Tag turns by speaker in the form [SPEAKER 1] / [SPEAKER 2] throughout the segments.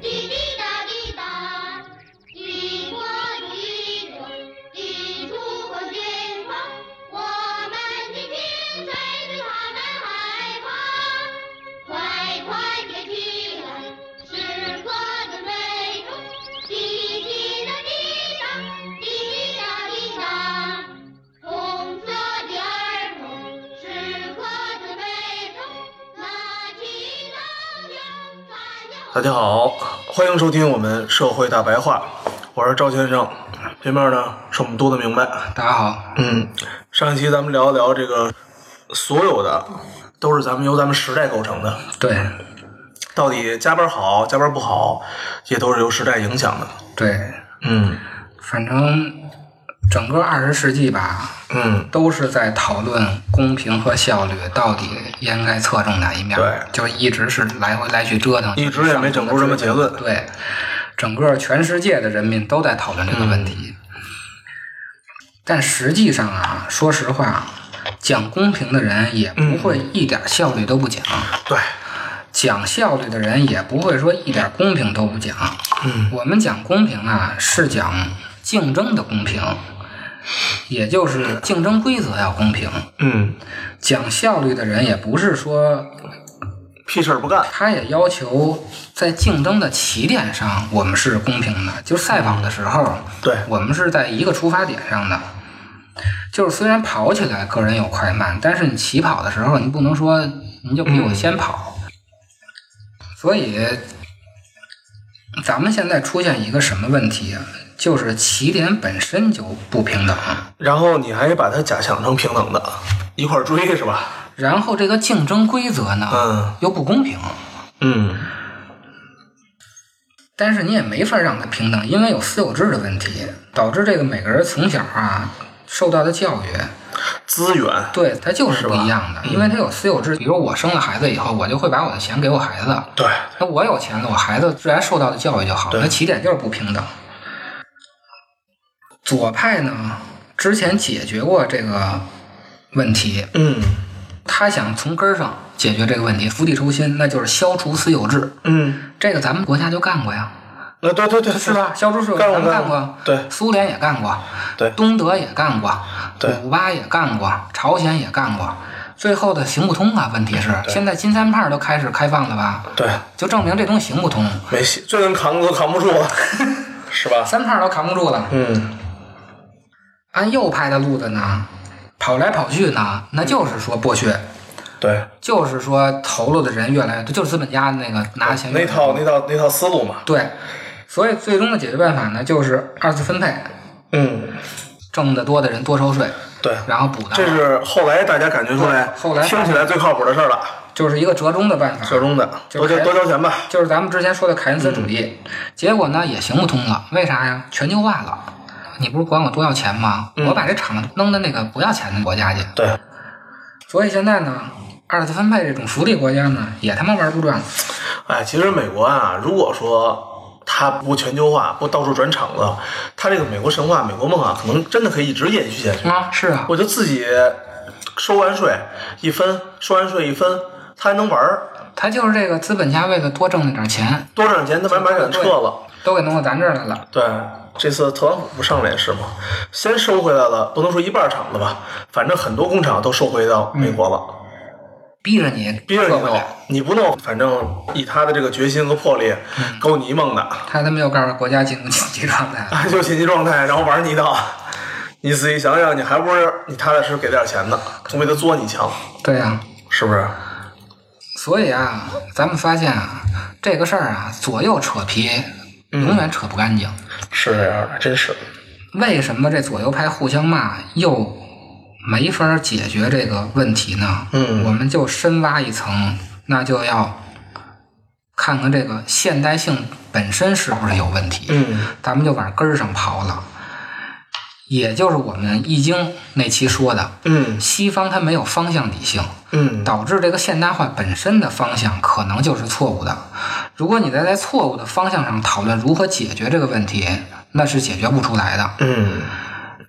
[SPEAKER 1] 滴滴答滴答，一国一中，一出国军阀，我们的精神对他们害怕，快快别起来，是革的内容。滴滴答滴答，滴滴答滴答，红色的儿童是革的内容，拿起刀枪，咱要。
[SPEAKER 2] 大家好，欢迎收听我们《社会大白话》，我是赵先生，对面呢是我们度的明白。
[SPEAKER 3] 大家好，
[SPEAKER 2] 嗯，上一期咱们聊一聊这个，所有的都是咱们由咱们时代构成的。
[SPEAKER 3] 对
[SPEAKER 2] 到底加班好，加班不好，也都是由时代影响的。
[SPEAKER 3] 对，
[SPEAKER 2] 嗯
[SPEAKER 3] 反正整个二十世纪吧，
[SPEAKER 2] 嗯，
[SPEAKER 3] 都是在讨论公平和效率到底应该侧重哪一面，
[SPEAKER 2] 对
[SPEAKER 3] 就一直是来回来去折腾，
[SPEAKER 2] 一直也没整出什么结论
[SPEAKER 3] 对，整个全世界的人民都在讨论这个问题，
[SPEAKER 2] 嗯
[SPEAKER 3] 但实际上啊，说实话，讲公平的人也不会
[SPEAKER 2] 嗯
[SPEAKER 3] 一点效率都不讲。
[SPEAKER 2] 对，
[SPEAKER 3] 讲效率的人也不会说一点公平都不讲。
[SPEAKER 2] 嗯，
[SPEAKER 3] 我们讲公平啊，是讲竞争的公平，也就是竞争规则要公平。
[SPEAKER 2] 嗯，
[SPEAKER 3] 讲效率的人也不是说
[SPEAKER 2] 屁事儿不干。
[SPEAKER 3] 他也要求在竞争的起点上我们是公平的，就是赛跑的时候，
[SPEAKER 2] 对
[SPEAKER 3] 我们是在一个出发点上的。就是虽然跑起来个人有快慢，但是你起跑的时候，你不能说你就比我先跑。所以，咱们现在出现一个什么问题啊？就是起点本身就不平等，
[SPEAKER 2] 然后你还把它假想成平等的，一块儿追是吧？
[SPEAKER 3] 然后这个竞争规则呢、
[SPEAKER 2] 嗯
[SPEAKER 3] 又不公平。
[SPEAKER 2] 嗯，
[SPEAKER 3] 但是你也没法让他平等，因为有私有制的问题，导致这个每个人从小啊受到的教育，
[SPEAKER 2] 资源。
[SPEAKER 3] 对他就是不一样的，因
[SPEAKER 2] 嗯
[SPEAKER 3] 为他有私有制。比如我生了孩子以后，我就会把我的钱给我孩子，
[SPEAKER 2] 对，
[SPEAKER 3] 那我有钱了，我孩子自然受到的教育就好，
[SPEAKER 2] 对
[SPEAKER 3] 那起点就是不平等。左派呢，之前解决过这个问题，
[SPEAKER 2] 嗯
[SPEAKER 3] 他想从根儿上解决这个问题，釜底抽薪，那就是消除私有制。
[SPEAKER 2] 嗯，
[SPEAKER 3] 这个咱们国家就干过呀，
[SPEAKER 2] 那呃对对对，
[SPEAKER 3] 是吧？消除税务
[SPEAKER 2] 干过
[SPEAKER 3] 咱们干
[SPEAKER 2] 过
[SPEAKER 3] 过，
[SPEAKER 2] 对
[SPEAKER 3] 苏联也干过，
[SPEAKER 2] 对
[SPEAKER 3] 东德也干过，
[SPEAKER 2] 对
[SPEAKER 3] 古巴也干过，朝鲜也干过，最后的行不通啊！问题是，现在金三胖都开始开放了吧？
[SPEAKER 2] 对，
[SPEAKER 3] 就证明这东西行不通，
[SPEAKER 2] 没戏，最能扛都扛不住了， 是吧？
[SPEAKER 3] 三胖都扛不住了。
[SPEAKER 2] 嗯
[SPEAKER 3] 按右派的路子呢，跑来跑去呢，那就是说剥削，，
[SPEAKER 2] 对，
[SPEAKER 3] 就是说投入的人越来越多，就是资本家那个拿的钱
[SPEAKER 2] 那
[SPEAKER 3] 越来越多
[SPEAKER 2] 套那套那套思路嘛。
[SPEAKER 3] 对，所以最终的解决办法呢，就是二次分配，
[SPEAKER 2] 嗯，
[SPEAKER 3] 挣得多的人多收税，
[SPEAKER 2] 对，
[SPEAKER 3] 然后补到
[SPEAKER 2] 这是后来大家感觉出来，
[SPEAKER 3] 对后来发现
[SPEAKER 2] 听起来最靠谱的事儿了，
[SPEAKER 3] 就是一个折中的办法，
[SPEAKER 2] 折中的，
[SPEAKER 3] 就
[SPEAKER 2] 多
[SPEAKER 3] 是
[SPEAKER 2] 交
[SPEAKER 3] 还
[SPEAKER 2] 多交钱吧。
[SPEAKER 3] 就是咱们之前说的凯恩斯
[SPEAKER 2] 嗯
[SPEAKER 3] 主义，结果呢也行不通了，为啥呀？全球化了，你不是管我多要钱吗？
[SPEAKER 2] 嗯
[SPEAKER 3] 我把这厂子弄到那个不要钱的国家去，
[SPEAKER 2] 对，
[SPEAKER 3] 所以现在呢，二次分配这种福利国家呢，也他妈玩不转了。
[SPEAKER 2] 哎，其实美国啊，如果说它不全球化，不到处转场子，它这个美国神话、美国梦啊，可能真的可以一直延续下去。
[SPEAKER 3] 啊，是啊，
[SPEAKER 2] 我就自己收完税一分，收完税一分，他还能玩儿，
[SPEAKER 3] 他就是这个资本家为了多挣那点钱，
[SPEAKER 2] 多挣点钱，他把买给撤了。
[SPEAKER 3] 都给弄到咱这儿来了。
[SPEAKER 2] 对，这次特朗普不上来也是吗？先收回来了，不能说一半儿厂子吧，反正很多工厂都收回到美国
[SPEAKER 3] 嗯
[SPEAKER 2] 了。
[SPEAKER 3] 逼着你
[SPEAKER 2] 逼着你
[SPEAKER 3] 撤回
[SPEAKER 2] 弄
[SPEAKER 3] 来。，
[SPEAKER 2] 你不弄，反正以他的这个决心和魄力，够你一梦的，
[SPEAKER 3] 他他妈又告诉国家进入紧急状态了。
[SPEAKER 2] 就紧急状态，然后玩你一道。你自己想想，你还不是你踏踏实实给点钱呢，总比他作你强，
[SPEAKER 3] 对呀、啊，
[SPEAKER 2] 是不是？
[SPEAKER 3] 所以啊，咱们发现啊，这个事儿啊，左右扯皮，
[SPEAKER 2] 嗯
[SPEAKER 3] 永远扯不干净。
[SPEAKER 2] 是这样的，真是。
[SPEAKER 3] 为什么这左右派互相骂又没法解决这个问题呢？
[SPEAKER 2] 嗯
[SPEAKER 3] 我们就深挖一层，那就要看看这个现代性本身是不是有问题。
[SPEAKER 2] 嗯
[SPEAKER 3] 咱们就往根儿上刨了，也就是我们《易经》那期说的，
[SPEAKER 2] 嗯
[SPEAKER 3] 西方它没有方向理性，
[SPEAKER 2] 嗯，
[SPEAKER 3] 导致这个现代化本身的方向可能就是错误的。如果你再在错误的方向上讨论如何解决这个问题，那是解决不出来的。
[SPEAKER 2] 嗯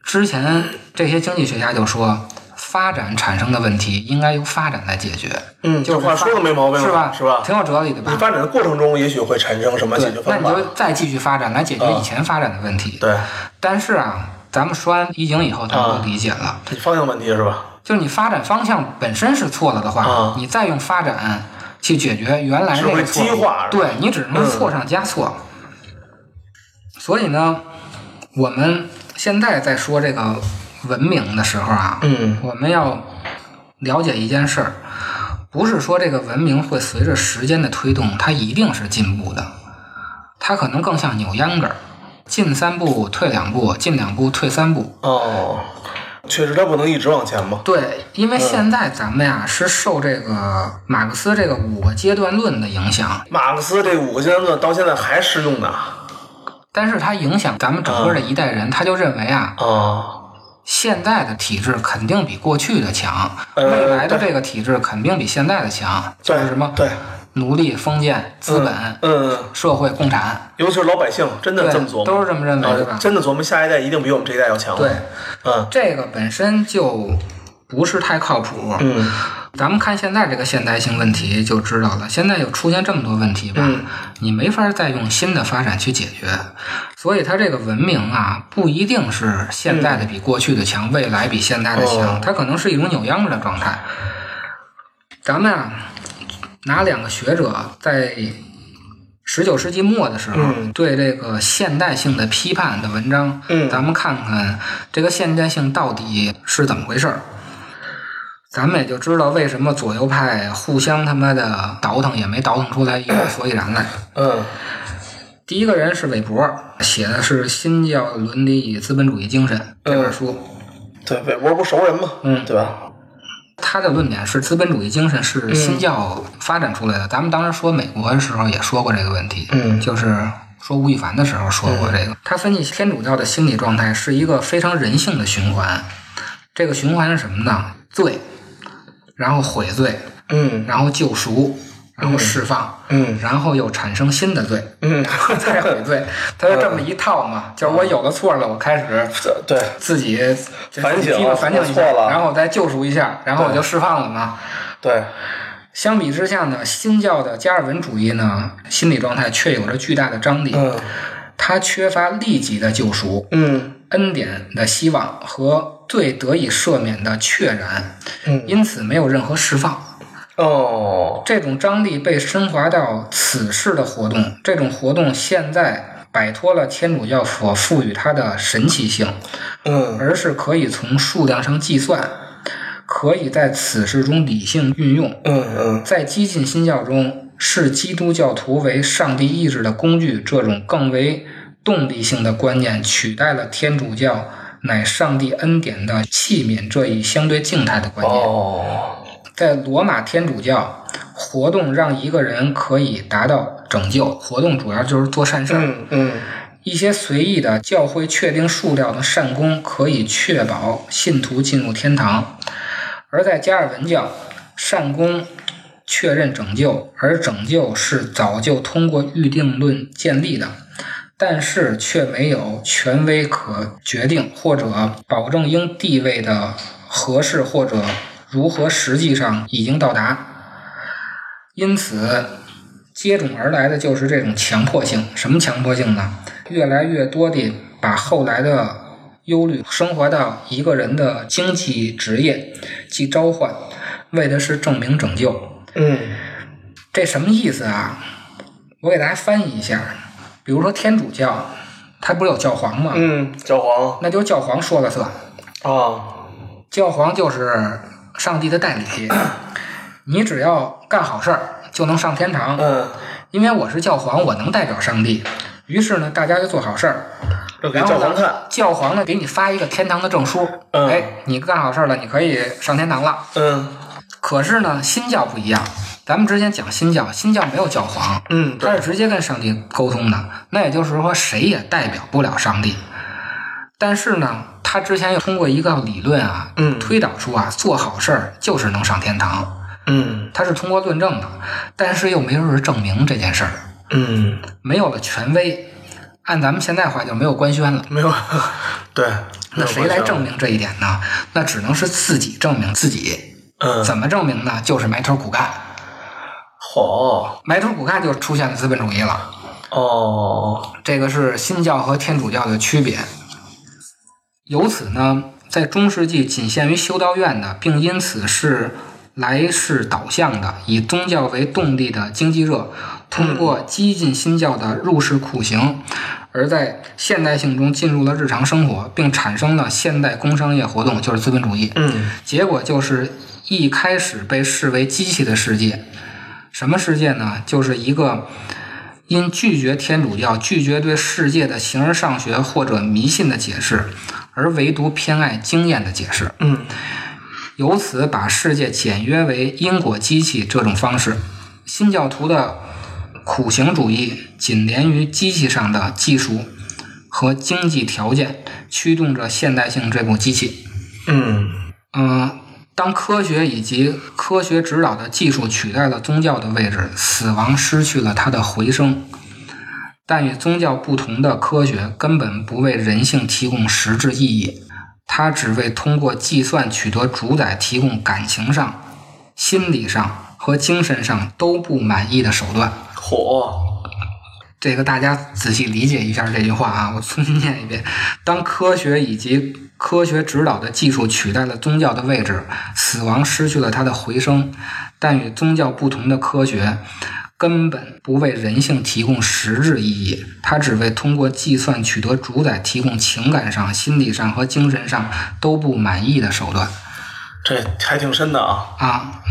[SPEAKER 3] 之前这些经济学家就说，发展产生的问题应该由发展来解决，
[SPEAKER 2] 嗯，
[SPEAKER 3] 就
[SPEAKER 2] 这
[SPEAKER 3] 是
[SPEAKER 2] 话说的没毛病，
[SPEAKER 3] 是吧？
[SPEAKER 2] 是吧？
[SPEAKER 3] 挺有哲理的
[SPEAKER 2] 你
[SPEAKER 3] 吧？
[SPEAKER 2] 发展的过程中，也许会产生什么解
[SPEAKER 3] 对
[SPEAKER 2] 决，方
[SPEAKER 3] 那你
[SPEAKER 2] 法？
[SPEAKER 3] 就再继续发展来解决
[SPEAKER 2] 啊
[SPEAKER 3] 以前发展的问题。
[SPEAKER 2] 对，
[SPEAKER 3] 但是啊，咱们说完一景以后，咱们
[SPEAKER 2] 啊
[SPEAKER 3] 都理解了，
[SPEAKER 2] 你方向问题是吧？
[SPEAKER 3] 就是你发展方向本身是错了的话，
[SPEAKER 2] 啊
[SPEAKER 3] 你再用发展去解决原来
[SPEAKER 2] 只
[SPEAKER 3] 那
[SPEAKER 2] 会
[SPEAKER 3] 个错误，
[SPEAKER 2] 激化是吧
[SPEAKER 3] 对你只能
[SPEAKER 2] 嗯
[SPEAKER 3] 错上加错。所以呢，我们现在在说这个文明的时候啊，
[SPEAKER 2] 嗯
[SPEAKER 3] 我们要了解一件事儿，不是说这个文明会随着时间的推动，它一定是进步的，它可能更像扭秧歌儿，进三步退两步，进两步退三步。
[SPEAKER 2] 哦，确实，它不能一直往前嘛。
[SPEAKER 3] 对，因为现在咱们呀、是受这个马克思这个五个阶段论的影响，
[SPEAKER 2] 马克思这五个阶段论到现在还适用呢。
[SPEAKER 3] 但是它影响咱们整个的一代人，他就认为啊，
[SPEAKER 2] 啊，
[SPEAKER 3] 现在的体制肯定比过去的强，
[SPEAKER 2] 呃
[SPEAKER 3] 未来的
[SPEAKER 2] 对
[SPEAKER 3] 这个体制肯定比现在的强，就
[SPEAKER 2] 对
[SPEAKER 3] 是什么
[SPEAKER 2] 对，
[SPEAKER 3] 奴隶、封建、资本、
[SPEAKER 2] 嗯，
[SPEAKER 3] 社会、共产，
[SPEAKER 2] 尤其是老百姓，真的
[SPEAKER 3] 对
[SPEAKER 2] 这么琢磨，
[SPEAKER 3] 都是这么认为
[SPEAKER 2] 啊
[SPEAKER 3] 对吧
[SPEAKER 2] 真的琢磨，下一代一定比我们这一代要强。
[SPEAKER 3] 对，，
[SPEAKER 2] 嗯
[SPEAKER 3] 这个本身就不是太靠谱。
[SPEAKER 2] 嗯
[SPEAKER 3] 咱们看现在这个现代性问题就知道了，现在又出现这么多问题吧，
[SPEAKER 2] 嗯
[SPEAKER 3] 你没法再用新的发展去解决，所以它这个文明啊，不一定是现在的比过去的强，未来比现在的强，
[SPEAKER 2] 哦
[SPEAKER 3] 它可能是一种扭秧歌的状态。咱们啊，拿两个学者在十九世纪末的时候、
[SPEAKER 2] 嗯
[SPEAKER 3] 对这个现代性的批判的文章，
[SPEAKER 2] 嗯
[SPEAKER 3] 咱们看看这个现代性到底是怎么回事儿。咱们也就知道为什么左右派互相他妈的倒腾也没倒腾出来一个所以然来。
[SPEAKER 2] 嗯
[SPEAKER 3] 第一个人是韦伯，写的是《新教伦理与资本主义精神》这本书。
[SPEAKER 2] 对，韦伯不是熟人嘛，
[SPEAKER 3] 嗯
[SPEAKER 2] 对吧？
[SPEAKER 3] 他的论点是资本主义精神是新教发展出来的。咱们当时说美国的时候也说过这个问题，
[SPEAKER 2] 嗯
[SPEAKER 3] 就是说吴亦凡的时候说过这个。他分析天主教的心理状态是一个非常人性的循环，这个循环是什么呢？罪，然后悔罪，
[SPEAKER 2] 嗯
[SPEAKER 3] 然后救赎，然后释放，
[SPEAKER 2] 嗯
[SPEAKER 3] 然后又产生新的罪，
[SPEAKER 2] 嗯，
[SPEAKER 3] 再悔罪，他就这么一套嘛。就是我有了错了，我开始
[SPEAKER 2] 这对，
[SPEAKER 3] 自己
[SPEAKER 2] 反省
[SPEAKER 3] 自己反省
[SPEAKER 2] 我
[SPEAKER 3] 一下
[SPEAKER 2] 错了
[SPEAKER 3] 然后我再救赎一下，然后我就释放了嘛。
[SPEAKER 2] 对，
[SPEAKER 3] 相比之下呢，新教的加尔文主义呢，心理状态却有着巨大的张力，
[SPEAKER 2] 嗯
[SPEAKER 3] 它缺乏立即的救赎、
[SPEAKER 2] 嗯
[SPEAKER 3] 恩典的希望和对得以赦免的确然，
[SPEAKER 2] 嗯，
[SPEAKER 3] 因此没有任何释放。
[SPEAKER 2] 哦，
[SPEAKER 3] 这种张力被升华到此式的活动，这种活动现在摆脱了天主教所赋予它的神奇性，
[SPEAKER 2] 嗯
[SPEAKER 3] 而是可以从数量上计算，可以在此事中理性运用。
[SPEAKER 2] 嗯嗯，
[SPEAKER 3] 在激进新教中，视基督教徒为上帝意志的工具，这种更为动力性的观念取代了天主教乃上帝恩典的器皿这一相对静态的观念。
[SPEAKER 2] 哦，
[SPEAKER 3] 在罗马天主教，活动让一个人可以达到拯救。活动主要就是做善事儿。
[SPEAKER 2] 嗯嗯
[SPEAKER 3] 一些随意的教会确定数量的善功可以确保信徒进入天堂，而在加尔文教，善功确认拯救，而拯救是早就通过预定论建立的，但是却没有权威可决定或者保证应地位的合适或者如何实际上已经到达。因此，接踵而来的就是这种强迫性。什么强迫性呢？越来越多地把后来的忧虑升华到一个人的经济职业，即召唤，为的是证明拯救。
[SPEAKER 2] 嗯
[SPEAKER 3] 这什么意思啊？我给大家翻译一下。比如说天主教，它不是有教皇吗？
[SPEAKER 2] 嗯，教皇
[SPEAKER 3] 那就教皇说了算。
[SPEAKER 2] 啊，
[SPEAKER 3] 教皇就是上帝的代理，你只要干好事儿就能上天堂。
[SPEAKER 2] 嗯，
[SPEAKER 3] 因为我是教皇，我能代表上帝。于是呢，大家就做好事儿，
[SPEAKER 2] 这给
[SPEAKER 3] 然
[SPEAKER 2] 教
[SPEAKER 3] 后
[SPEAKER 2] 皇看
[SPEAKER 3] 呢。，教皇呢给你发一个天堂的证书，
[SPEAKER 2] 嗯
[SPEAKER 3] 哎，你干好事儿了，你可以上天堂了。
[SPEAKER 2] 嗯
[SPEAKER 3] 可是呢，新教不一样，咱们之前讲新教，新教没有教皇，
[SPEAKER 2] 嗯，
[SPEAKER 3] 他是直接跟上帝沟通的，那也就是说，谁也代表不了上帝。但是呢，他之前又通过一个理论啊，
[SPEAKER 2] 嗯
[SPEAKER 3] 推导出啊，做好事儿就是能上天堂，
[SPEAKER 2] 嗯
[SPEAKER 3] 他是通过论证的，但是又没有人证明这件事儿。
[SPEAKER 2] 嗯，
[SPEAKER 3] 没有了权威，按咱们现在话就没有官宣了。
[SPEAKER 2] 没有， 对，
[SPEAKER 3] 那谁来证
[SPEAKER 2] 明？
[SPEAKER 3] 明这一点呢？那只能是自己证明自己。
[SPEAKER 2] 嗯，
[SPEAKER 3] 怎么证明呢？就是埋头苦干，
[SPEAKER 2] 好
[SPEAKER 3] 埋头苦干就出现了资本主义了。
[SPEAKER 2] 哦，
[SPEAKER 3] 这个是新教和天主教的区别。由此呢，在中世纪仅限于修道院的，并因此是来世导向的，以宗教为动力的经济热，通过激进新教的入世苦行，而在现代性中进入了日常生活，并产生了现代工商业活动，就是资本主义。
[SPEAKER 2] 嗯
[SPEAKER 3] 结果就是一开始被视为机器的世界。什么世界呢？就是一个因拒绝天主教、拒绝对世界的形而上学或者迷信的解释，而唯独偏爱经验的解释，
[SPEAKER 2] 嗯
[SPEAKER 3] 由此把世界简约为因果机器这种方式。新教徒的苦行主义仅连于机器上的技术和经济条件，驱动着现代性这部机器。
[SPEAKER 2] 嗯
[SPEAKER 3] 嗯，当科学以及科学指导的技术取代了宗教的位置，死亡失去了它的回声。但与宗教不同的科学根本不为人性提供实质意义，它只为通过计算取得主宰提供感情上、心理上和精神上都不满意的手段。
[SPEAKER 2] 火，
[SPEAKER 3] 这个大家仔细理解一下这句话啊，我重新念一遍：当科学以及科学指导的技术取代了宗教的位置，死亡失去了它的回声，但与宗教不同的科学根本不为人性提供实质意义，它只为通过计算取得主宰提供情感上、心理上和精神上都不满意的手段。
[SPEAKER 2] 这还挺深的啊。
[SPEAKER 3] 啊。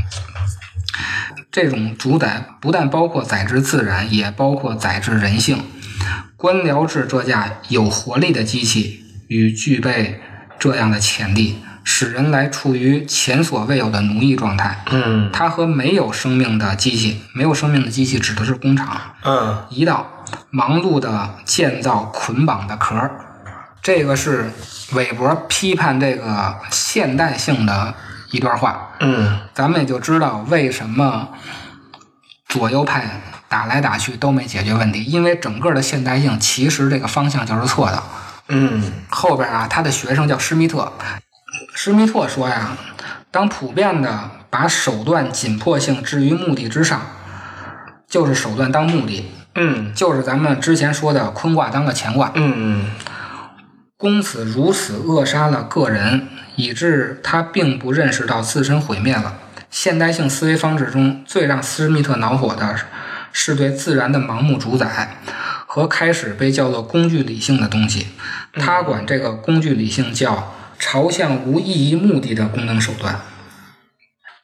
[SPEAKER 3] 这种主宰不但包括宰制自然，也包括宰制人性。官僚制这架有活力的机器与具备这样的潜力，使人来处于前所未有的奴役状态。
[SPEAKER 2] 嗯
[SPEAKER 3] 它和没有生命的机器，没有生命的机器指的是工厂，
[SPEAKER 2] 嗯
[SPEAKER 3] 一道忙碌的建造捆绑的壳儿。这个是韦伯批判这个现代性的一段话。
[SPEAKER 2] 嗯
[SPEAKER 3] 咱们也就知道为什么左右派打来打去都没解决问题，因为整个的现代性其实这个方向就是错的。
[SPEAKER 2] 嗯
[SPEAKER 3] 后边啊，他的学生叫施密特，施密特说呀，当普遍的把手段紧迫性置于目的之上，就是手段当目的，
[SPEAKER 2] 嗯
[SPEAKER 3] 就是咱们之前说的坤卦当个乾卦。
[SPEAKER 2] 嗯
[SPEAKER 3] 公子如此扼杀了个人，以致他并不认识到自身毁灭了。现代性思维方式中最让斯密特恼火的是对自然的盲目主宰和开始被叫做工具理性的东西。他管这个工具理性叫朝向无意义目的的功能手段。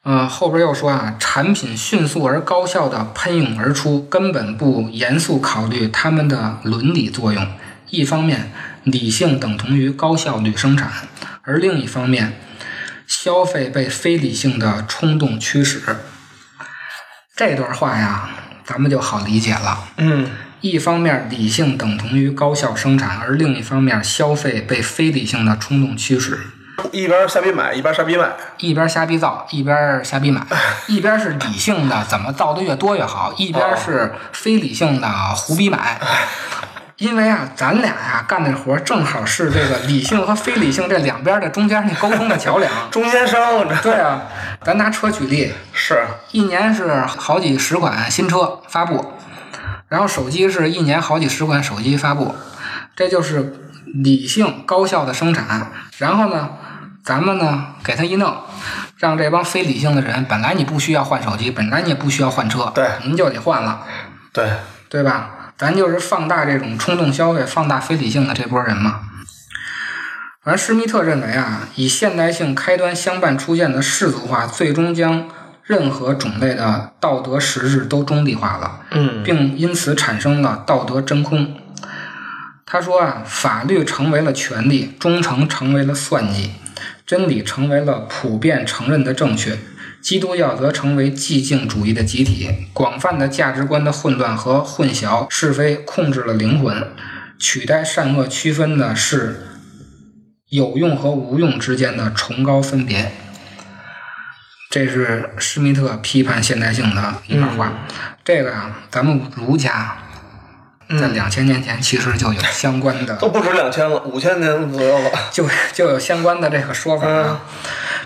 [SPEAKER 3] 呃，后边又说啊，产品迅速而高效地喷涌而出，根本不严肃考虑它们的伦理作用。一方面，理性等同于高效率生产；而另一方面，消费被非理性的冲动驱使。这段话呀，咱们就好理解了。
[SPEAKER 2] 嗯
[SPEAKER 3] 一方面，理性等同于高效生产，而另一方面，消费被非理性的冲动驱使。
[SPEAKER 2] 一边瞎逼买，一边瞎逼卖。。
[SPEAKER 3] 一边瞎逼造，一边瞎逼买，一边是理性的，怎么造的越多越好；一边是非理性的，胡逼买。因为啊，咱俩呀、干的活儿正好是这个理性和非理性这两边的中间那沟通的桥梁
[SPEAKER 2] 中间商这
[SPEAKER 3] 对啊，咱拿车举例，
[SPEAKER 2] 是
[SPEAKER 3] 一年是好几十款新车发布，然后手机是一年好几十款手机发布，这就是理性高效的生产。然后呢，咱们呢给它一弄，让这帮非理性的人，本来你不需要换手机，本来你也不需要换车，
[SPEAKER 2] 对
[SPEAKER 3] 您就得换了，
[SPEAKER 2] 对，
[SPEAKER 3] 对吧？咱就是放大这种冲动消费、放大非理性的这波人嘛。而施密特认为啊，以现代性开端相伴出现的世俗化，最终将任何种类的道德实质都中立化了，
[SPEAKER 2] 嗯
[SPEAKER 3] 并因此产生了道德真空。他说啊，法律成为了权利，忠诚成为了算计，真理成为了普遍承认的正确，基督教则成为寂静主义的集体。广泛的价值观的混乱和混淆，是非控制了灵魂，取代善恶区分的是有用和无用之间的崇高分
[SPEAKER 2] 嗯
[SPEAKER 3] 别。这是施密特批判现代性的一段话。这个啊，咱们儒家在两千年前其实就有相关的
[SPEAKER 2] 嗯都不止两千了，五千年左右了。
[SPEAKER 3] 就就有相关的这个说法啊。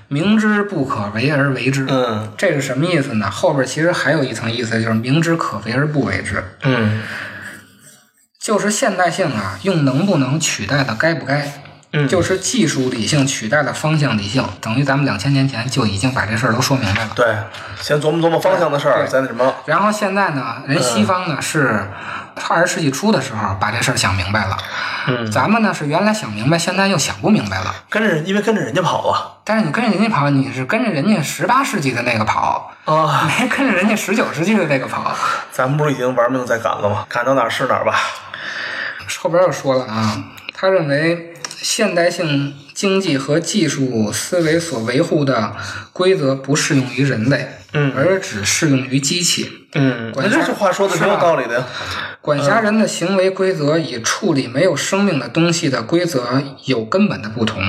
[SPEAKER 3] 明知不可为而为之，
[SPEAKER 2] 嗯
[SPEAKER 3] 这是什么意思呢？后边其实还有一层意思，就是明知可为而不为之，
[SPEAKER 2] 嗯
[SPEAKER 3] 就是现代性啊，用能不能取代了该不该，
[SPEAKER 2] 嗯
[SPEAKER 3] 就是技术理性取代了方向理性，等于咱们两千年前就已经把这事儿都说明白了。
[SPEAKER 2] 对，先琢磨琢磨方向的事儿，
[SPEAKER 3] 对
[SPEAKER 2] 再那什么。
[SPEAKER 3] 然后现在呢，人西
[SPEAKER 2] 嗯
[SPEAKER 3] 方呢是二十世纪初的时候把这事儿想明白了，
[SPEAKER 2] 嗯
[SPEAKER 3] 咱们呢是原来想明白，现在又想不明白了。
[SPEAKER 2] 跟着人，因为跟着人家跑啊
[SPEAKER 3] 但是你跟着人家跑，你是跟着人家十八世纪的那个跑，
[SPEAKER 2] 啊！
[SPEAKER 3] 没跟着人家十九世纪的那个跑。
[SPEAKER 2] 咱们不是已经玩命在赶了吗？赶到哪儿是哪儿吧。
[SPEAKER 3] 后边又说了啊，他认为现代性经济和技术思维所维护的规则不适用于人类，
[SPEAKER 2] 嗯
[SPEAKER 3] 而只适用于机器。
[SPEAKER 2] 嗯啊
[SPEAKER 3] 管
[SPEAKER 2] 那
[SPEAKER 3] 家
[SPEAKER 2] 这句话说的挺有道理的呀。
[SPEAKER 3] 管
[SPEAKER 2] 嗯
[SPEAKER 3] 辖人的行为规则与处理没有生命的东西的规则有根本的不同，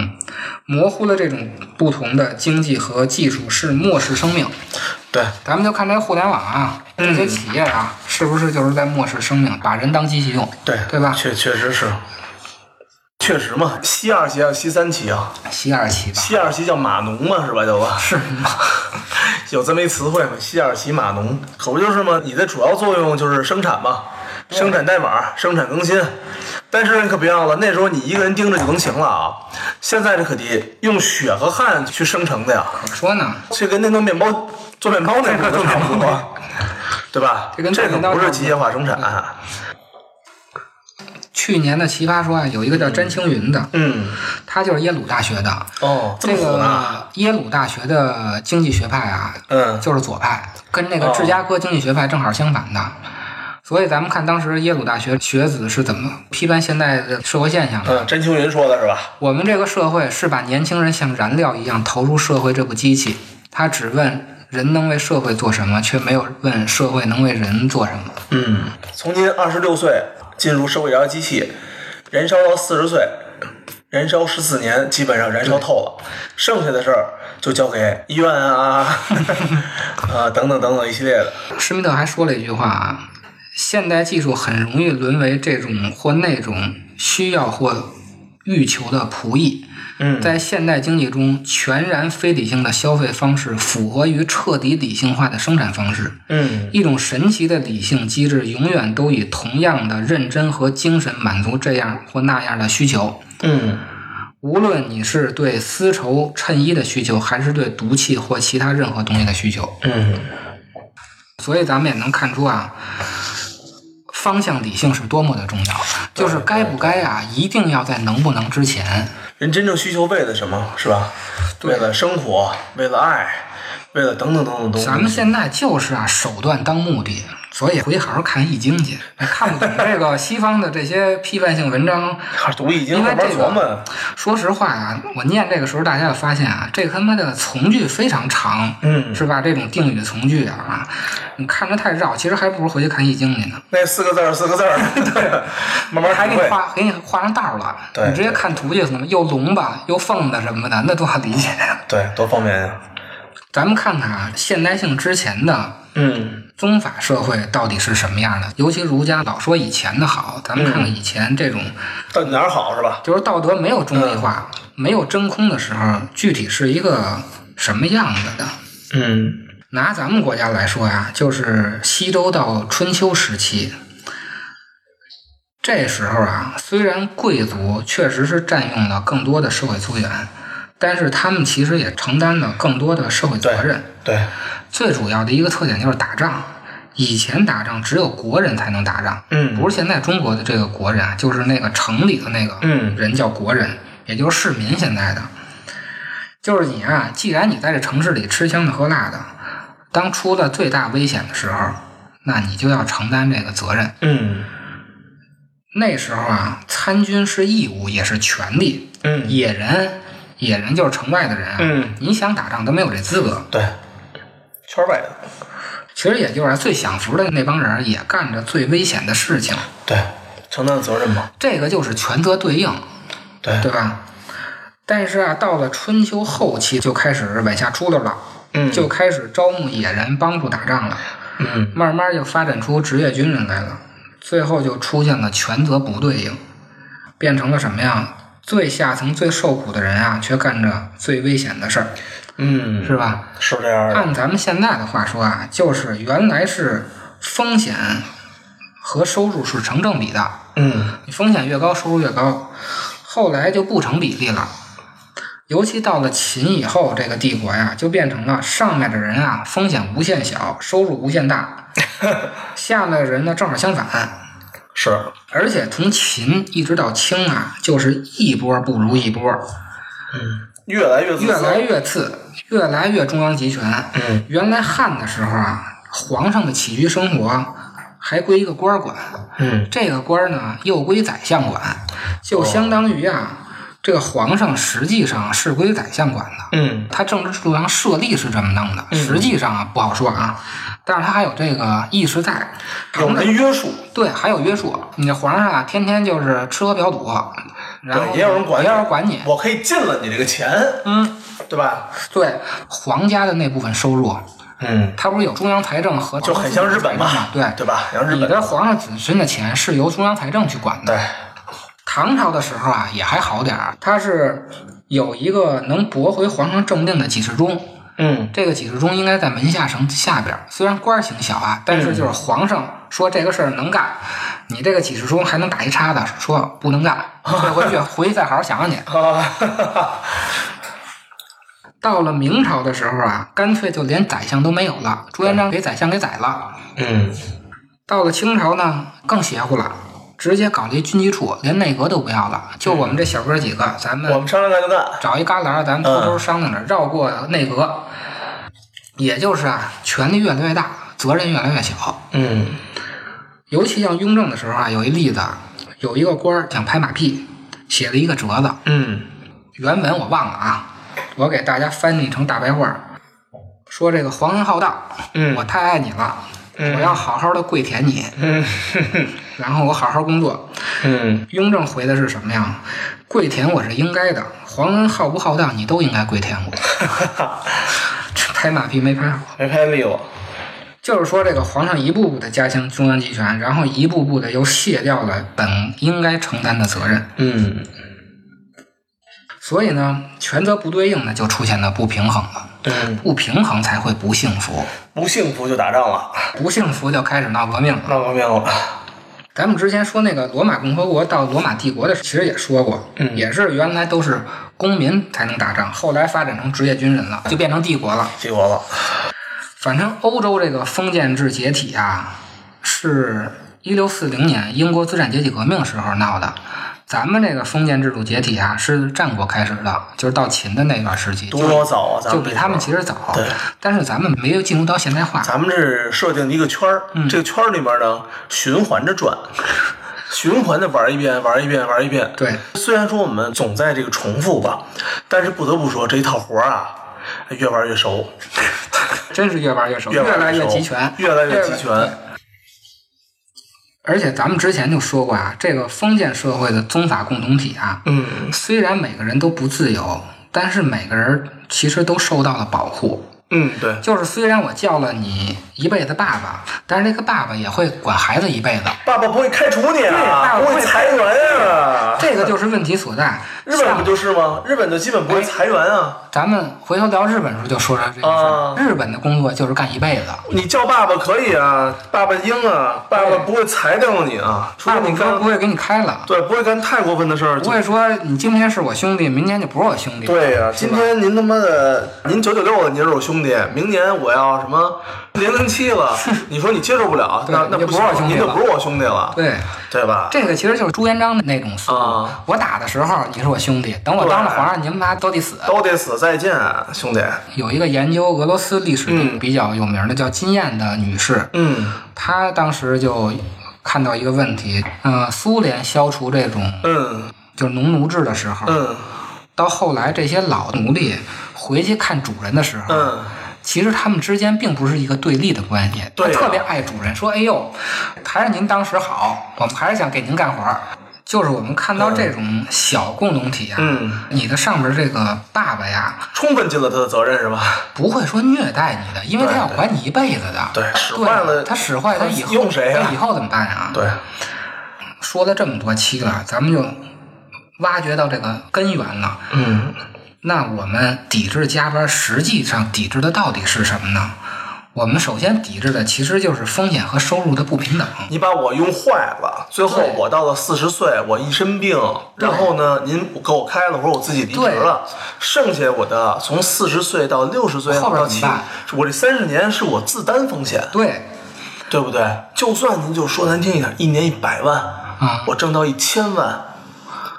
[SPEAKER 3] 模糊了这种不同的经济和技术是漠视生命。
[SPEAKER 2] 对，
[SPEAKER 3] 咱们就看这互联网啊，这
[SPEAKER 2] 嗯
[SPEAKER 3] 些企业啊，是不是就是在漠视生命，把人当机器用？
[SPEAKER 2] 对
[SPEAKER 3] 对吧
[SPEAKER 2] 确确实是，确实嘛。西二旗啊，西三旗啊，
[SPEAKER 3] 西二旗吧，
[SPEAKER 2] 西二旗叫码农嘛，是吧？叫吧，
[SPEAKER 3] 是吗？
[SPEAKER 2] 有这么一词汇嘛，西二旗码农，可不就是吗？你的主要作用就是生产嘛，生产代码、生产更新。但是你可别忘了，那时候你一个人盯着就能行了啊。现在这可得用血和汗去生成的呀，
[SPEAKER 3] 怎么说呢？
[SPEAKER 2] 这跟那弄面包做面包那个差不多，啊对吧？
[SPEAKER 3] 这跟做
[SPEAKER 2] 这可
[SPEAKER 3] 面包
[SPEAKER 2] 不
[SPEAKER 3] 差
[SPEAKER 2] 是
[SPEAKER 3] 不
[SPEAKER 2] 机
[SPEAKER 3] 多
[SPEAKER 2] 械化生产。啊
[SPEAKER 3] 去年的奇葩说啊，有一个叫詹青云的，
[SPEAKER 2] 嗯，
[SPEAKER 3] 他就是耶鲁大学的。
[SPEAKER 2] 哦，这
[SPEAKER 3] 这
[SPEAKER 2] 么苦呢？
[SPEAKER 3] 个耶鲁大学的经济学派啊，
[SPEAKER 2] 嗯哦
[SPEAKER 3] 就是左派，跟那个芝加哥经济学派正好相反的。所以咱们看当时耶鲁大学学子是怎么批判现代的社会现象的。
[SPEAKER 2] 嗯，詹青云说的是吧？
[SPEAKER 3] 我们这个社会是把年轻人像燃料一样投入社会这部机器，他只问人能为社会做什么，却没有问社会能为人做什么。
[SPEAKER 2] 嗯，从您二十六岁进入社会燃料机器，燃烧到四十岁，燃烧十四年，基本上燃烧透了，
[SPEAKER 3] 嗯
[SPEAKER 2] 剩下的事儿就交给医院 啊，啊等等等等一系列的。
[SPEAKER 3] 施密特还说了一句话啊，现代技术很容易沦为这种或那种需要或欲求的仆役。
[SPEAKER 2] 嗯
[SPEAKER 3] 在现代经济中，全然非理性的消费方式符合于彻底理性化的生产方式。
[SPEAKER 2] 嗯
[SPEAKER 3] 一种神奇的理性机制，永远都以同样的认真和精神满足这样或那样的需求。
[SPEAKER 2] 嗯
[SPEAKER 3] 无论你是对丝绸、衬衣的需求，还是对毒气或其他任何东西的需求，
[SPEAKER 2] 嗯，
[SPEAKER 3] 所以咱们也能看出啊，方向理性是多么的重要。就是该不该啊，一定要在能不能之前。
[SPEAKER 2] 人真正需求为了什么是吧？
[SPEAKER 3] 对
[SPEAKER 2] 为了生活，为了爱，为了等等等等东西。
[SPEAKER 3] 咱们现在就是啊，手段当目的，所以回好好看《易经》去。看不懂这个西方的这些批判性文章，
[SPEAKER 2] 还啊是读易经
[SPEAKER 3] 因为
[SPEAKER 2] 慢慢
[SPEAKER 3] 这
[SPEAKER 2] 琢
[SPEAKER 3] 个
[SPEAKER 2] 磨。
[SPEAKER 3] 说实话啊，我念这个时候，大家就发现啊，这他妈的从句非常长，
[SPEAKER 2] 嗯
[SPEAKER 3] 是吧？这种定语从句啊，你看着太绕，其实还不如回去看《易经》去呢。
[SPEAKER 2] 那四个字儿，四个字 儿， 慢慢
[SPEAKER 3] 还给
[SPEAKER 2] 体
[SPEAKER 3] 你
[SPEAKER 2] 会。
[SPEAKER 3] 画给你画上道儿了，
[SPEAKER 2] 对
[SPEAKER 3] 你直接看图就行了。又龙吧，又凤的什么的，那多好理解呀！
[SPEAKER 2] 对，多方便呀。
[SPEAKER 3] 咱们看看啊，现代性之前的
[SPEAKER 2] 嗯
[SPEAKER 3] 宗法社会到底是什么样的？尤其儒家老说以前的好，咱们看
[SPEAKER 2] 嗯
[SPEAKER 3] 看以前这种、，
[SPEAKER 2] 到底哪儿好是吧？
[SPEAKER 3] 就是道德没有中立化、
[SPEAKER 2] 嗯
[SPEAKER 3] 没有真空的时候，具体是一个什么样子的？
[SPEAKER 2] 嗯
[SPEAKER 3] 拿咱们国家来说呀，就是西周到春秋时期，这时候啊，虽然贵族确实是占用了更多的社会资源，但是他们其实也承担了更多的社会责任。
[SPEAKER 2] 对，
[SPEAKER 3] 最主要的一个特点就是打仗。以前打仗只有国人才能打仗，
[SPEAKER 2] 嗯
[SPEAKER 3] 不是现在中国的这个国人啊，就是那个城里的那个
[SPEAKER 2] 嗯
[SPEAKER 3] 人叫国人，也就是市民现在的，就是你啊，既然你在这城市里吃香的喝辣的，当出了最大危险的时候，那你就要承担这个责任。
[SPEAKER 2] 嗯
[SPEAKER 3] 那时候啊，参军是义务也是权利，
[SPEAKER 2] 嗯
[SPEAKER 3] 野人，野人就是城外的人啊，
[SPEAKER 2] 嗯
[SPEAKER 3] 你想打仗都没有这资格，
[SPEAKER 2] 对，圈儿外的，
[SPEAKER 3] 其实也就是啊最享福的那帮人也干着最危险的事情，
[SPEAKER 2] 对，承担责任嘛，
[SPEAKER 3] 这个就是权责对应，
[SPEAKER 2] 对
[SPEAKER 3] 对吧？但是啊，到了春秋后期就开始往下出溜了，
[SPEAKER 2] 嗯
[SPEAKER 3] 就开始招募野人帮助打仗了。嗯，慢慢就发展出职业军人来了，最后就出现了权责不对应，变成了什么呀？最下层、最受苦的人啊，却干着最危险的事儿，
[SPEAKER 2] 嗯，
[SPEAKER 3] 是吧？
[SPEAKER 2] 是这样的，
[SPEAKER 3] 按咱们现在的话说啊，就是原来是风险和收入是成正比的，
[SPEAKER 2] 嗯
[SPEAKER 3] 你风险越高，收入越高，后来就不成比例了。尤其到了秦以后，这个帝国呀，就变成了上面的人啊，风险无限小，收入无限大；下面的人呢，正好相反。
[SPEAKER 2] 是，
[SPEAKER 3] 而且从秦一直到清啊，就是一波不如一波，
[SPEAKER 2] 越来嗯越自私
[SPEAKER 3] 越来越次，越来越中央集权。
[SPEAKER 2] 嗯
[SPEAKER 3] 原来汉的时候啊，皇上的起居生活还归一个官儿管，
[SPEAKER 2] 嗯
[SPEAKER 3] 这个官儿呢又归宰相管，
[SPEAKER 2] 哦
[SPEAKER 3] 就相当于啊，这个皇上实际上是归宰相管的。
[SPEAKER 2] 嗯
[SPEAKER 3] 他政治制度上设立是这么弄的，实际上啊不好说啊，但是他还有这个意识在，
[SPEAKER 2] 有
[SPEAKER 3] 旁边
[SPEAKER 2] 人约束，
[SPEAKER 3] 对还有约束。你这皇上啊，天天就是吃喝嫖赌，然后
[SPEAKER 2] 对也有人管你
[SPEAKER 3] 也有人管你。
[SPEAKER 2] 我可以进了你这个钱，
[SPEAKER 3] 嗯，
[SPEAKER 2] 对吧？
[SPEAKER 3] 对，皇家的那部分收入，
[SPEAKER 2] 嗯，
[SPEAKER 3] 它不是有中央财政和
[SPEAKER 2] 就很像日本嘛，
[SPEAKER 3] 对
[SPEAKER 2] 对吧？像日
[SPEAKER 3] 你
[SPEAKER 2] 本
[SPEAKER 3] 的皇上子孙的钱是由中央财政去管的。
[SPEAKER 2] 对，
[SPEAKER 3] 唐朝的时候啊，也还好点儿，它是有一个能驳回皇上政令的几十中，
[SPEAKER 2] 嗯
[SPEAKER 3] 这个几十中应该在门下省下边儿，虽然官儿挺小啊，但是就是皇上说这个事儿能干，你这个几十中还能打一叉子，说不能干，退回去，回去再好好想想去。
[SPEAKER 2] 啊，
[SPEAKER 3] 到了明朝的时候啊，干脆就连宰相都没有了，朱元璋给宰相给宰了。
[SPEAKER 2] 嗯
[SPEAKER 3] 到了清朝呢，更邪乎了，直接搞了一军机处，连内阁都不要了，就我们这小哥几个，咱们
[SPEAKER 2] 我们商量干就干，
[SPEAKER 3] 找一旮旯，咱们偷偷商量着绕过内阁。也就是啊，权力越来越大，责任越来越小。
[SPEAKER 2] 嗯
[SPEAKER 3] 尤其像雍正的时候啊，有一例子，有一个官儿想拍马屁，写了一个折子，
[SPEAKER 2] 嗯
[SPEAKER 3] 原文我忘了啊，我给大家翻译成大白话儿，说这个皇恩浩荡，
[SPEAKER 2] 嗯
[SPEAKER 3] 我太爱你了，我要好好的跪舔你，
[SPEAKER 2] 嗯
[SPEAKER 3] 然后我好好工作。
[SPEAKER 2] 嗯
[SPEAKER 3] 雍正回的是什么呀？跪舔我是应该的，皇恩浩不浩荡，你都应该跪舔我。 这拍马屁没拍好，
[SPEAKER 2] 没拍利落，
[SPEAKER 3] 就是说这个皇上一步步的加强中央集权，然后一步步的又卸掉了本应该承担的责任，
[SPEAKER 2] 嗯
[SPEAKER 3] 所以呢，权责不对应呢，就出现了不平衡了。
[SPEAKER 2] 嗯，
[SPEAKER 3] 不平衡才会不幸福，
[SPEAKER 2] 不幸福就打仗了，
[SPEAKER 3] 不幸福就开始闹革命了。
[SPEAKER 2] 闹革命了，
[SPEAKER 3] 咱们之前说那个罗马共和国到罗马帝国的时候，其实也说过，
[SPEAKER 2] 嗯
[SPEAKER 3] 也是原来都是公民才能打仗，后来发展成职业军人了，就变成帝国了。
[SPEAKER 2] 帝国了，
[SPEAKER 3] 反正欧洲这个封建制解体啊，是一六四零年英国资产阶级革命时候闹的。咱们这个封建制度解体啊，是战国开始的，就是到秦的那段时期，
[SPEAKER 2] 多早啊，咱
[SPEAKER 3] 就
[SPEAKER 2] 们
[SPEAKER 3] 比他们
[SPEAKER 2] 这
[SPEAKER 3] 其实早
[SPEAKER 2] 对，
[SPEAKER 3] 但是咱们没有进入到现代化。
[SPEAKER 2] 咱们是设定一个圈儿，
[SPEAKER 3] 嗯
[SPEAKER 2] 这个圈儿里面呢循环着转，循环的玩一遍， 玩一遍，玩一遍。
[SPEAKER 3] 对，
[SPEAKER 2] 虽然说我们总在这个重复吧，但是不得不说这一套活儿啊，越玩越熟，
[SPEAKER 3] 真是越玩越熟，
[SPEAKER 2] 越
[SPEAKER 3] 来
[SPEAKER 2] 玩
[SPEAKER 3] 越
[SPEAKER 2] 熟
[SPEAKER 3] 集权，
[SPEAKER 2] 越来越集权。
[SPEAKER 3] 而且咱们之前就说过啊，这个封建社会的宗法共同体啊，
[SPEAKER 2] 嗯
[SPEAKER 3] 虽然每个人都不自由，但是每个人其实都受到了保护。
[SPEAKER 2] 嗯，对，
[SPEAKER 3] 就是虽然我叫了你一辈子爸爸，但是这个爸爸也会管孩子一辈子，
[SPEAKER 2] 爸爸不会开除你
[SPEAKER 3] 爸
[SPEAKER 2] 啊，
[SPEAKER 3] 爸
[SPEAKER 2] 不
[SPEAKER 3] 不会
[SPEAKER 2] 会裁员啊。
[SPEAKER 3] 这个就是问题所在。
[SPEAKER 2] 日本不
[SPEAKER 3] 像
[SPEAKER 2] 就是吗？日本就基本不会裁员啊。
[SPEAKER 3] 咱们回头聊日本的时候就说说这个事儿
[SPEAKER 2] 啊，
[SPEAKER 3] 日本的工作就是干一辈子。
[SPEAKER 2] 你叫爸爸可以啊，爸爸英啊，爸爸不会裁掉你啊，除
[SPEAKER 3] 爸
[SPEAKER 2] 非
[SPEAKER 3] 爸
[SPEAKER 2] 你
[SPEAKER 3] 哥
[SPEAKER 2] 干
[SPEAKER 3] 不会给你开了，
[SPEAKER 2] 对不会干太过分的事儿，
[SPEAKER 3] 不会说你今天是我兄弟，明天就不是我兄弟。
[SPEAKER 2] 对呀、
[SPEAKER 3] 是
[SPEAKER 2] 今
[SPEAKER 3] 吧
[SPEAKER 2] 天您他妈的，您九九六了，您是我兄弟，明年我要什么零零七 了，你说你接受不了，
[SPEAKER 3] 对
[SPEAKER 2] 那那
[SPEAKER 3] 你就
[SPEAKER 2] 行
[SPEAKER 3] 不是我兄弟
[SPEAKER 2] 您就
[SPEAKER 3] 了
[SPEAKER 2] 不是我兄弟了，
[SPEAKER 3] 对。
[SPEAKER 2] 对吧？
[SPEAKER 3] 这个其实就是朱元璋的那种思路。
[SPEAKER 2] 啊
[SPEAKER 3] 我打的时候你是我兄弟，等我当了皇上，你们俩都得死。
[SPEAKER 2] 都得死，再见，兄弟。
[SPEAKER 3] 有一个研究俄罗斯历史
[SPEAKER 2] 嗯
[SPEAKER 3] 比较有名的叫金燕的女士，
[SPEAKER 2] 嗯
[SPEAKER 3] 她当时就看到一个问题，呃，苏联消除这种
[SPEAKER 2] 嗯
[SPEAKER 3] 就是农奴制的时候，
[SPEAKER 2] 嗯
[SPEAKER 3] 到后来这些老奴隶回去看主人的时候，
[SPEAKER 2] 嗯，
[SPEAKER 3] 其实他们之间并不是一个对立的关系，
[SPEAKER 2] 对啊
[SPEAKER 3] 他特别爱主人，说：“哎呦，还是您当时好，我们还是想给您干活儿。”就是我们看到这种小共同体啊，
[SPEAKER 2] 嗯，
[SPEAKER 3] 你的上边这个爸爸呀，
[SPEAKER 2] 充分尽了他的责任是吧？
[SPEAKER 3] 不会说虐待你的，因为他
[SPEAKER 2] 对
[SPEAKER 3] 要管你一辈子的。
[SPEAKER 2] 对使坏了
[SPEAKER 3] 他使坏，他以后
[SPEAKER 2] 用谁呀
[SPEAKER 3] 他以后怎么办啊？
[SPEAKER 2] 对，
[SPEAKER 3] 说了这么多期了，咱们就挖掘到这个根源了。
[SPEAKER 2] 嗯，
[SPEAKER 3] 那我们抵制加班，实际上抵制的到底是什么呢？我们首先抵制的其实就是风险和收入的不平等。
[SPEAKER 2] 你把我用坏了，最后
[SPEAKER 3] 对
[SPEAKER 2] 我到了四十岁，我一身病，
[SPEAKER 3] 对
[SPEAKER 2] 然后呢，您给我开了，或者我自己离职了，剩下我的从四十岁到六十岁
[SPEAKER 3] 后边
[SPEAKER 2] 到
[SPEAKER 3] 怎
[SPEAKER 2] 七
[SPEAKER 3] 么办，
[SPEAKER 2] 我这三十年是我自担风险，
[SPEAKER 3] 对，
[SPEAKER 2] 对不对？就算您就说难听一点，一年一百万，
[SPEAKER 3] 啊
[SPEAKER 2] 我挣到一千万，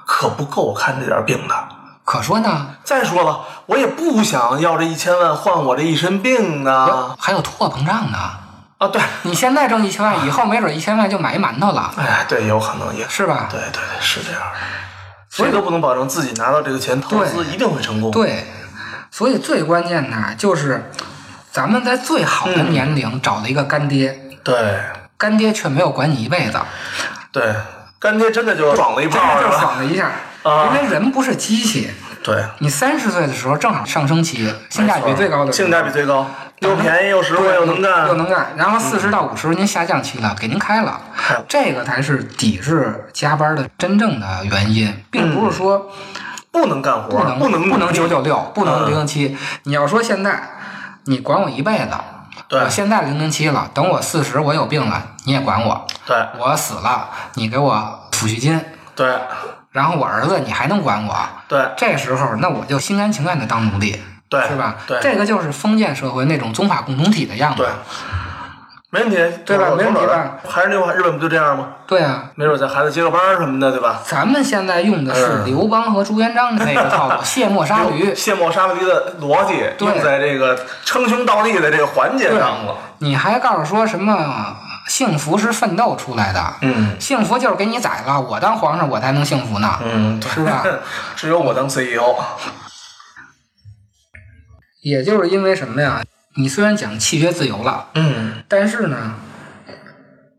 [SPEAKER 2] 可不够我看这点病的。
[SPEAKER 3] 可说呢，
[SPEAKER 2] 再说了，我也不想要这一千万换我这一身病啊！
[SPEAKER 3] 还有通货膨胀呢。
[SPEAKER 2] 啊，对，
[SPEAKER 3] 你现在挣一千万，以后没准一千万就买馒头了，
[SPEAKER 2] 哎，对，有可能也
[SPEAKER 3] 是吧？
[SPEAKER 2] 对对对，是这样的。谁都不能保证自己拿到这个钱投资
[SPEAKER 3] 对
[SPEAKER 2] 一定会成功。，
[SPEAKER 3] 对，所以最关键的就是，咱们在最好的
[SPEAKER 2] 嗯
[SPEAKER 3] 年龄找了一个干爹，
[SPEAKER 2] 对
[SPEAKER 3] 干爹却没有管你一辈子，
[SPEAKER 2] 对，干爹真的就爽了一
[SPEAKER 3] 真的
[SPEAKER 2] 炮，是
[SPEAKER 3] 就
[SPEAKER 2] 吧？
[SPEAKER 3] 爽了一下，
[SPEAKER 2] 啊
[SPEAKER 3] 因为人不是机器。
[SPEAKER 2] 对，
[SPEAKER 3] 你三十岁的时候正好上升期，性价比最高的时候，
[SPEAKER 2] 性价比最高，又便宜又实惠
[SPEAKER 3] 对
[SPEAKER 2] 又能
[SPEAKER 3] 又
[SPEAKER 2] 干。嗯
[SPEAKER 3] 能干。然后四十到五十您下降期了，给您开了
[SPEAKER 2] 嗨，
[SPEAKER 3] 这个才是抵制加班的真正的原因，并不是说
[SPEAKER 2] 不能干活，
[SPEAKER 3] 不能
[SPEAKER 2] 嗯不能
[SPEAKER 3] 不能九九六，不能
[SPEAKER 2] 嗯
[SPEAKER 3] 零零七。你要说现在你管我一辈子，
[SPEAKER 2] 对
[SPEAKER 3] 我现在零零七了，等我四十我有病了，你也管我，
[SPEAKER 2] 对
[SPEAKER 3] 我死了你给我抚恤金，
[SPEAKER 2] 对
[SPEAKER 3] 然后我儿子你还能管我？
[SPEAKER 2] 对
[SPEAKER 3] 这时候那我就心甘情愿的当奴隶。
[SPEAKER 2] 对
[SPEAKER 3] 是吧？
[SPEAKER 2] 对
[SPEAKER 3] 这个就是封建社会那种宗法共同体的样子。
[SPEAKER 2] 对，没问题，
[SPEAKER 3] 对吧
[SPEAKER 2] 妥妥
[SPEAKER 3] 没问题吧？
[SPEAKER 2] 妥还是那句话，日本不就这样吗？
[SPEAKER 3] 对啊，
[SPEAKER 2] 没准咱孩子接个班儿什么的，对吧？
[SPEAKER 3] 咱们现在用的是
[SPEAKER 2] 嗯
[SPEAKER 3] 刘邦和朱元璋的那个套 路，卸磨杀驴。
[SPEAKER 2] 卸磨杀驴的逻辑
[SPEAKER 3] 对
[SPEAKER 2] 用在这个称兄道弟的这个环节
[SPEAKER 3] 对
[SPEAKER 2] 上了。
[SPEAKER 3] 你还告诉说什么幸福是奋斗出来的？
[SPEAKER 2] 嗯
[SPEAKER 3] 幸福就是给你宰了，我当皇上我才能幸福呢，
[SPEAKER 2] 嗯，
[SPEAKER 3] 是吧？
[SPEAKER 2] 只有我当 E CEO。
[SPEAKER 3] 也就是因为什么呀？你虽然讲契约自由了，
[SPEAKER 2] 嗯，
[SPEAKER 3] 但是呢，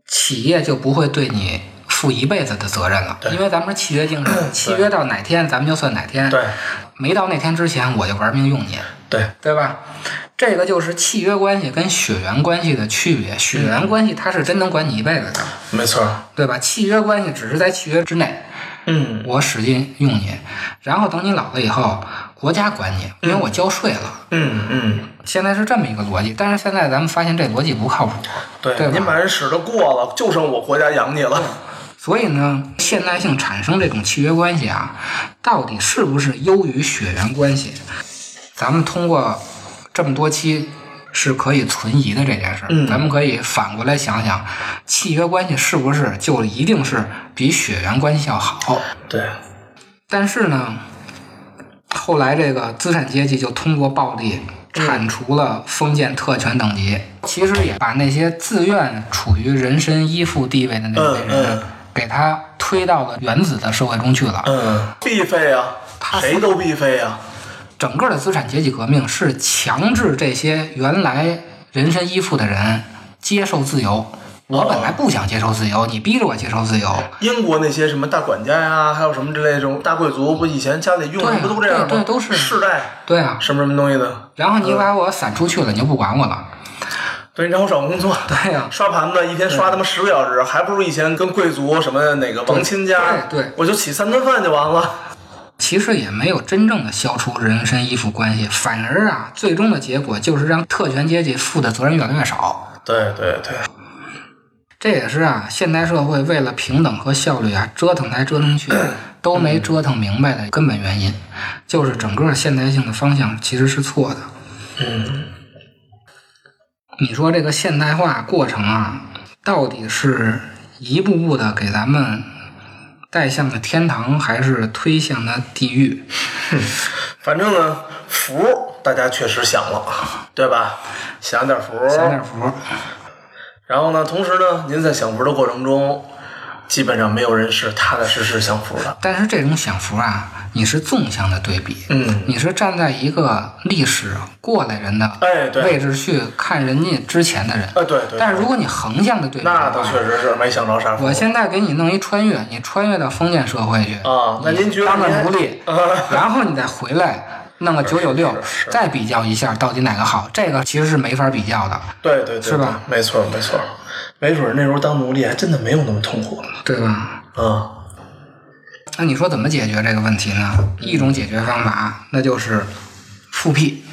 [SPEAKER 3] 企业就不会对你负一辈子的责任了，
[SPEAKER 2] 对
[SPEAKER 3] 因为咱们是契约精神，契约到哪天咱们就算哪天，
[SPEAKER 2] 对
[SPEAKER 3] 没到那天之前我就玩命用你，
[SPEAKER 2] 对，
[SPEAKER 3] 对吧？这个就是契约关系跟血缘关系的区别，
[SPEAKER 2] 嗯
[SPEAKER 3] 血缘关系它是真能管你一辈子的，
[SPEAKER 2] 没错。
[SPEAKER 3] 对吧？契约关系只是在契约之内，
[SPEAKER 2] 嗯，
[SPEAKER 3] 我使劲用你，然后等你老了以后，国家管你，因为我交税了。
[SPEAKER 2] 嗯嗯，
[SPEAKER 3] 现在是这么一个逻辑，但是现在咱们发现这逻辑不靠谱，
[SPEAKER 2] 对，嗯
[SPEAKER 3] 对吧
[SPEAKER 2] 您把人使得过了，就剩我国家养你了。
[SPEAKER 3] 所以呢，现代性产生这种契约关系啊，到底是不是优于血缘关系？咱们通过这么多期是可以存疑的这件事儿，
[SPEAKER 2] 嗯
[SPEAKER 3] 咱们可以反过来想想，契约关系是不是就一定是比血缘关系要好？
[SPEAKER 2] 对，
[SPEAKER 3] 但是呢，后来这个资产阶级就通过暴力
[SPEAKER 2] 嗯
[SPEAKER 3] 铲除了封建特权等级，其实也把那些自愿处于人身依附地位的那些
[SPEAKER 2] 嗯
[SPEAKER 3] 人
[SPEAKER 2] 嗯，
[SPEAKER 3] 给他推到了原子的社会中去了。
[SPEAKER 2] 嗯，必费啊，
[SPEAKER 3] 他
[SPEAKER 2] 谁都必费啊。
[SPEAKER 3] 整个的资产阶级革命是强制这些原来人身依附的人接受自由。
[SPEAKER 2] 哦
[SPEAKER 3] 我本来不想接受自由，你逼着我接受自由。
[SPEAKER 2] 英国那些什么大管家呀、还有什么之类这种大贵族，不以前家里用的
[SPEAKER 3] 对啊
[SPEAKER 2] 不都这样吗？
[SPEAKER 3] 对对都是
[SPEAKER 2] 世代
[SPEAKER 3] 对啊，
[SPEAKER 2] 什么什么东西的，
[SPEAKER 3] 然后你把我散出去了，你就不管我了。
[SPEAKER 2] 对，让我找工作。
[SPEAKER 3] 对呀、
[SPEAKER 2] 刷盘子一天刷他妈十个小时，还不如以前跟贵族什么哪个王亲家，
[SPEAKER 3] 对对
[SPEAKER 2] 我就起三顿饭就完了。
[SPEAKER 3] 其实也没有真正的消除人身依附关系，反而啊，最终的结果就是让特权阶级负的责任越来越少。
[SPEAKER 2] 对对对，
[SPEAKER 3] 这也是啊，现代社会为了平等和效率啊，折腾来折腾去都没折腾明白的根本原因，就是整个现代性的方向其实是错的。
[SPEAKER 2] 嗯，
[SPEAKER 3] 你说这个现代化过程啊，到底是一步步的给咱们带向了天堂，还是推向了地狱？
[SPEAKER 2] 反正呢，福大家确实享了，对吧？享点福，
[SPEAKER 3] 享点福。
[SPEAKER 2] 然后呢，同时呢，您在享福的过程中，基本上没有人是踏踏实实享福的。
[SPEAKER 3] 但是这种享福啊，你是纵向的对比，
[SPEAKER 2] 嗯，
[SPEAKER 3] 你是站在一个历史过来人的
[SPEAKER 2] 哎，对，
[SPEAKER 3] 位置去看人家之前的人。
[SPEAKER 2] 啊，对对，
[SPEAKER 3] 但是如果你横向的对比的
[SPEAKER 2] 那倒
[SPEAKER 3] 话，
[SPEAKER 2] 确实是没享着啥福。
[SPEAKER 3] 我现在给你弄一穿越，你穿越到封建社会去，
[SPEAKER 2] 啊，那您觉得
[SPEAKER 3] 当
[SPEAKER 2] 您
[SPEAKER 3] 了 奴隶，
[SPEAKER 2] 啊，
[SPEAKER 3] 然后你再回来弄个九九六
[SPEAKER 2] 是是，
[SPEAKER 3] 再比较一下到底哪个好，这个其实是没法比较的，
[SPEAKER 2] 对对对，
[SPEAKER 3] 是吧
[SPEAKER 2] 对？没错没错，没准儿那时候当奴隶还真的没有那么痛苦
[SPEAKER 3] 对吧？
[SPEAKER 2] 啊。
[SPEAKER 3] 那你说怎么解决这个问题呢？一种解决方法，那就是复辟，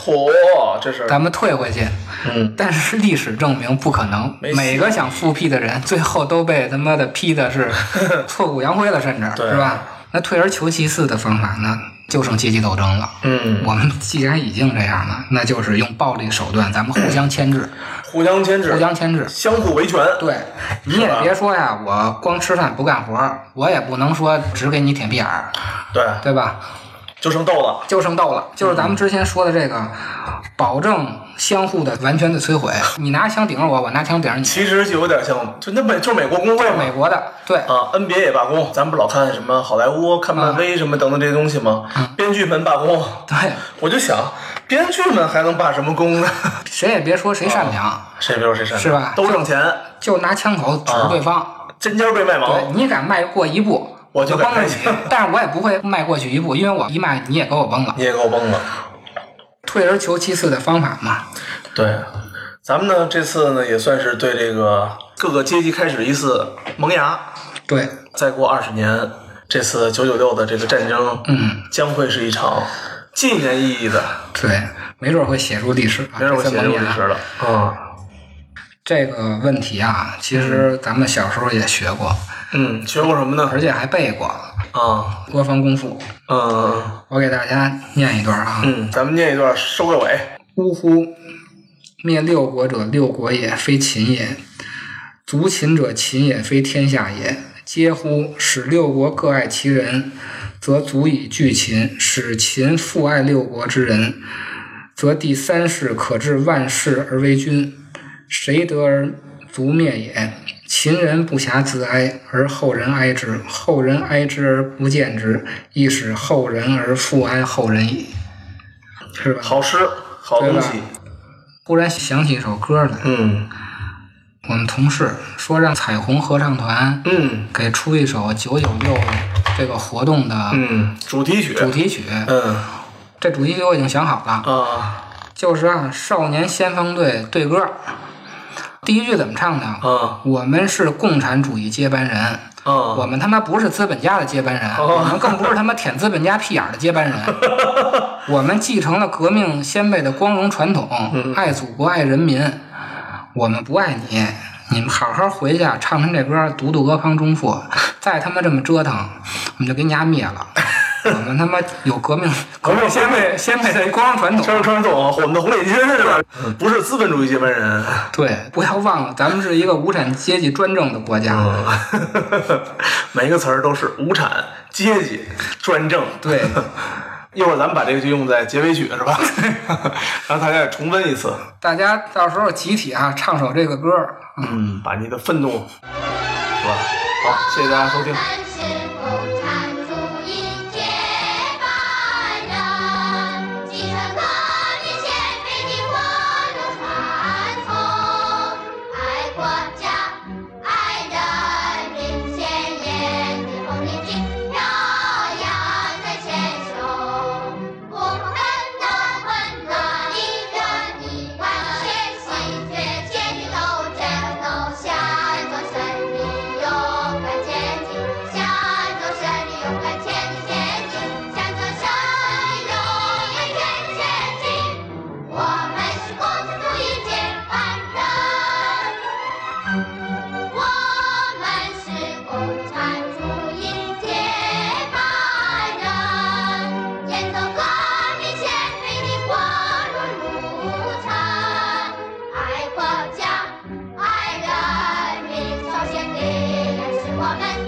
[SPEAKER 2] 嚯，这是
[SPEAKER 3] 咱们退回去。
[SPEAKER 2] 嗯，
[SPEAKER 3] 但是历史证明不可能，
[SPEAKER 2] 没戏
[SPEAKER 3] 每个想复辟的人，最后都被他妈的批 的是挫骨扬灰了，甚至
[SPEAKER 2] 对
[SPEAKER 3] 是吧？那退而求其次的方法呢，就剩阶级斗争了。
[SPEAKER 2] 嗯，
[SPEAKER 3] 我们既然已经这样了，那就是用暴力手段，咱们互相牵制，
[SPEAKER 2] 互相牵制，
[SPEAKER 3] 互相牵制。
[SPEAKER 2] 相互维权，
[SPEAKER 3] 对，你也别说呀，我光吃饭不干活儿，我也不能说只给你舔屁眼儿，
[SPEAKER 2] 对，
[SPEAKER 3] 对吧？
[SPEAKER 2] 就剩斗了。
[SPEAKER 3] 就剩斗了，就是咱们
[SPEAKER 2] 嗯
[SPEAKER 3] 之前说的这个，保证相互的完全的摧毁。你拿枪顶着我，我拿枪顶着你，
[SPEAKER 2] 其实就有点像，就那美就是美国工会
[SPEAKER 3] 美
[SPEAKER 2] 嘛，
[SPEAKER 3] 国的对，
[SPEAKER 2] 啊，NBA 也罢工，咱不老看什么好莱坞、看
[SPEAKER 3] 嗯
[SPEAKER 2] 漫威什么等等这些东西吗？编剧们罢工，
[SPEAKER 3] 对，
[SPEAKER 2] 我就想，编剧们还能罢什么工呢？
[SPEAKER 3] 谁也别说谁善良，
[SPEAKER 2] 谁别说谁善良
[SPEAKER 3] 是吧
[SPEAKER 2] 都挣钱，
[SPEAKER 3] 就拿枪口指着对方。
[SPEAKER 2] 针尖儿对麦
[SPEAKER 3] 对
[SPEAKER 2] 芒，
[SPEAKER 3] 你敢迈过一步，
[SPEAKER 2] 啊我就
[SPEAKER 3] 就
[SPEAKER 2] 敢
[SPEAKER 3] 帮着你
[SPEAKER 2] 开枪，
[SPEAKER 3] 但是我也不会迈过去一步，因为我一迈你也给我崩了。
[SPEAKER 2] 你也给我崩了。
[SPEAKER 3] 退而求其次的方法嘛，
[SPEAKER 2] 对，咱们呢这次呢也算是对这个各个阶级开始一次萌芽。
[SPEAKER 3] 对，
[SPEAKER 2] 再过二十年，这次九九六的这个战争，
[SPEAKER 3] 嗯，
[SPEAKER 2] 将会是一场纪念意义的，
[SPEAKER 3] 对，没准会写入历史啊，
[SPEAKER 2] 没人会
[SPEAKER 3] 这
[SPEAKER 2] 写
[SPEAKER 3] 三
[SPEAKER 2] 入
[SPEAKER 3] 百年
[SPEAKER 2] 历
[SPEAKER 3] 啊
[SPEAKER 2] 史了。啊，
[SPEAKER 3] 这个问题啊，其实咱们小时候也学过，
[SPEAKER 2] 嗯，学过什么呢？
[SPEAKER 3] 而且还背过
[SPEAKER 2] 啊，
[SPEAKER 3] 国防功夫。
[SPEAKER 2] 嗯
[SPEAKER 3] 我给大家念一段啊。
[SPEAKER 2] 嗯，咱们念一段收个尾。
[SPEAKER 3] 呜呼！灭六国者，六国也，非秦也；族秦者，秦也，非天下也。嗟乎！使六国各爱其人，则足以拒秦；使秦复爱六国之人，则第三世可治万世而为君。谁得而足灭也？秦人不暇自哀，而后人哀之；后人哀之而不见之，亦使后人而复哀后人矣。是吧？
[SPEAKER 2] 好诗，好东西
[SPEAKER 3] 对。忽然想起一首歌来，
[SPEAKER 2] 嗯
[SPEAKER 3] 我们同事说让彩虹合唱团
[SPEAKER 2] 嗯
[SPEAKER 3] 给出一首九九六这个活动的
[SPEAKER 2] 嗯，主题曲。
[SPEAKER 3] 主题曲。
[SPEAKER 2] 嗯
[SPEAKER 3] 这主题曲我已经想好了，
[SPEAKER 2] 啊
[SPEAKER 3] 就是啊，少年先锋队对歌。第一句怎么唱的？
[SPEAKER 2] 啊
[SPEAKER 3] 我们是共产主义接班人，
[SPEAKER 2] 啊！
[SPEAKER 3] 我们他妈不是资本家的接班人，啊
[SPEAKER 2] 哦
[SPEAKER 3] 我们更不是他妈舔资本家屁眼儿的接 班人。我们继承了革命先辈的光荣传统，爱祖国爱人民。我们不爱你，你们好好回去啊唱唱这歌，读读阿房中赋。 再他妈这么折腾，我们就给你家灭了。 我们他妈有革命 革命先辈先辈的光荣传统，
[SPEAKER 2] 川川总，啊我们的红领巾是吧？
[SPEAKER 3] 嗯
[SPEAKER 2] 不是资本主义接班人。
[SPEAKER 3] 对，不要忘了，咱们是一个无产阶级专政的国家。
[SPEAKER 2] 嗯， 每个词儿都是无产阶级专政。
[SPEAKER 3] 对，
[SPEAKER 2] 一会儿咱们把这个就用在结尾曲是吧？ 然后大家也重温一次，
[SPEAKER 3] 大家到时候集体啊唱首这个歌儿，
[SPEAKER 2] 嗯，把你的愤怒，是吧？好，谢谢大家收听。
[SPEAKER 1] 咱是共产主义接班人，继承革命先辈的光荣传统，爱国家、爱人民，鲜艳的红领巾飘扬在前胸。我们奋斗，奋斗的人民，万千喜鹊千里斗争，斗向着胜利，勇敢前进，向着胜利，勇敢前进，前进，向着胜利，勇敢前进，前进。我们是共产主义接班人，我们是共产主义接班人。沿着革命先辈的光荣路程，爱国家、爱人民，首先力量是我们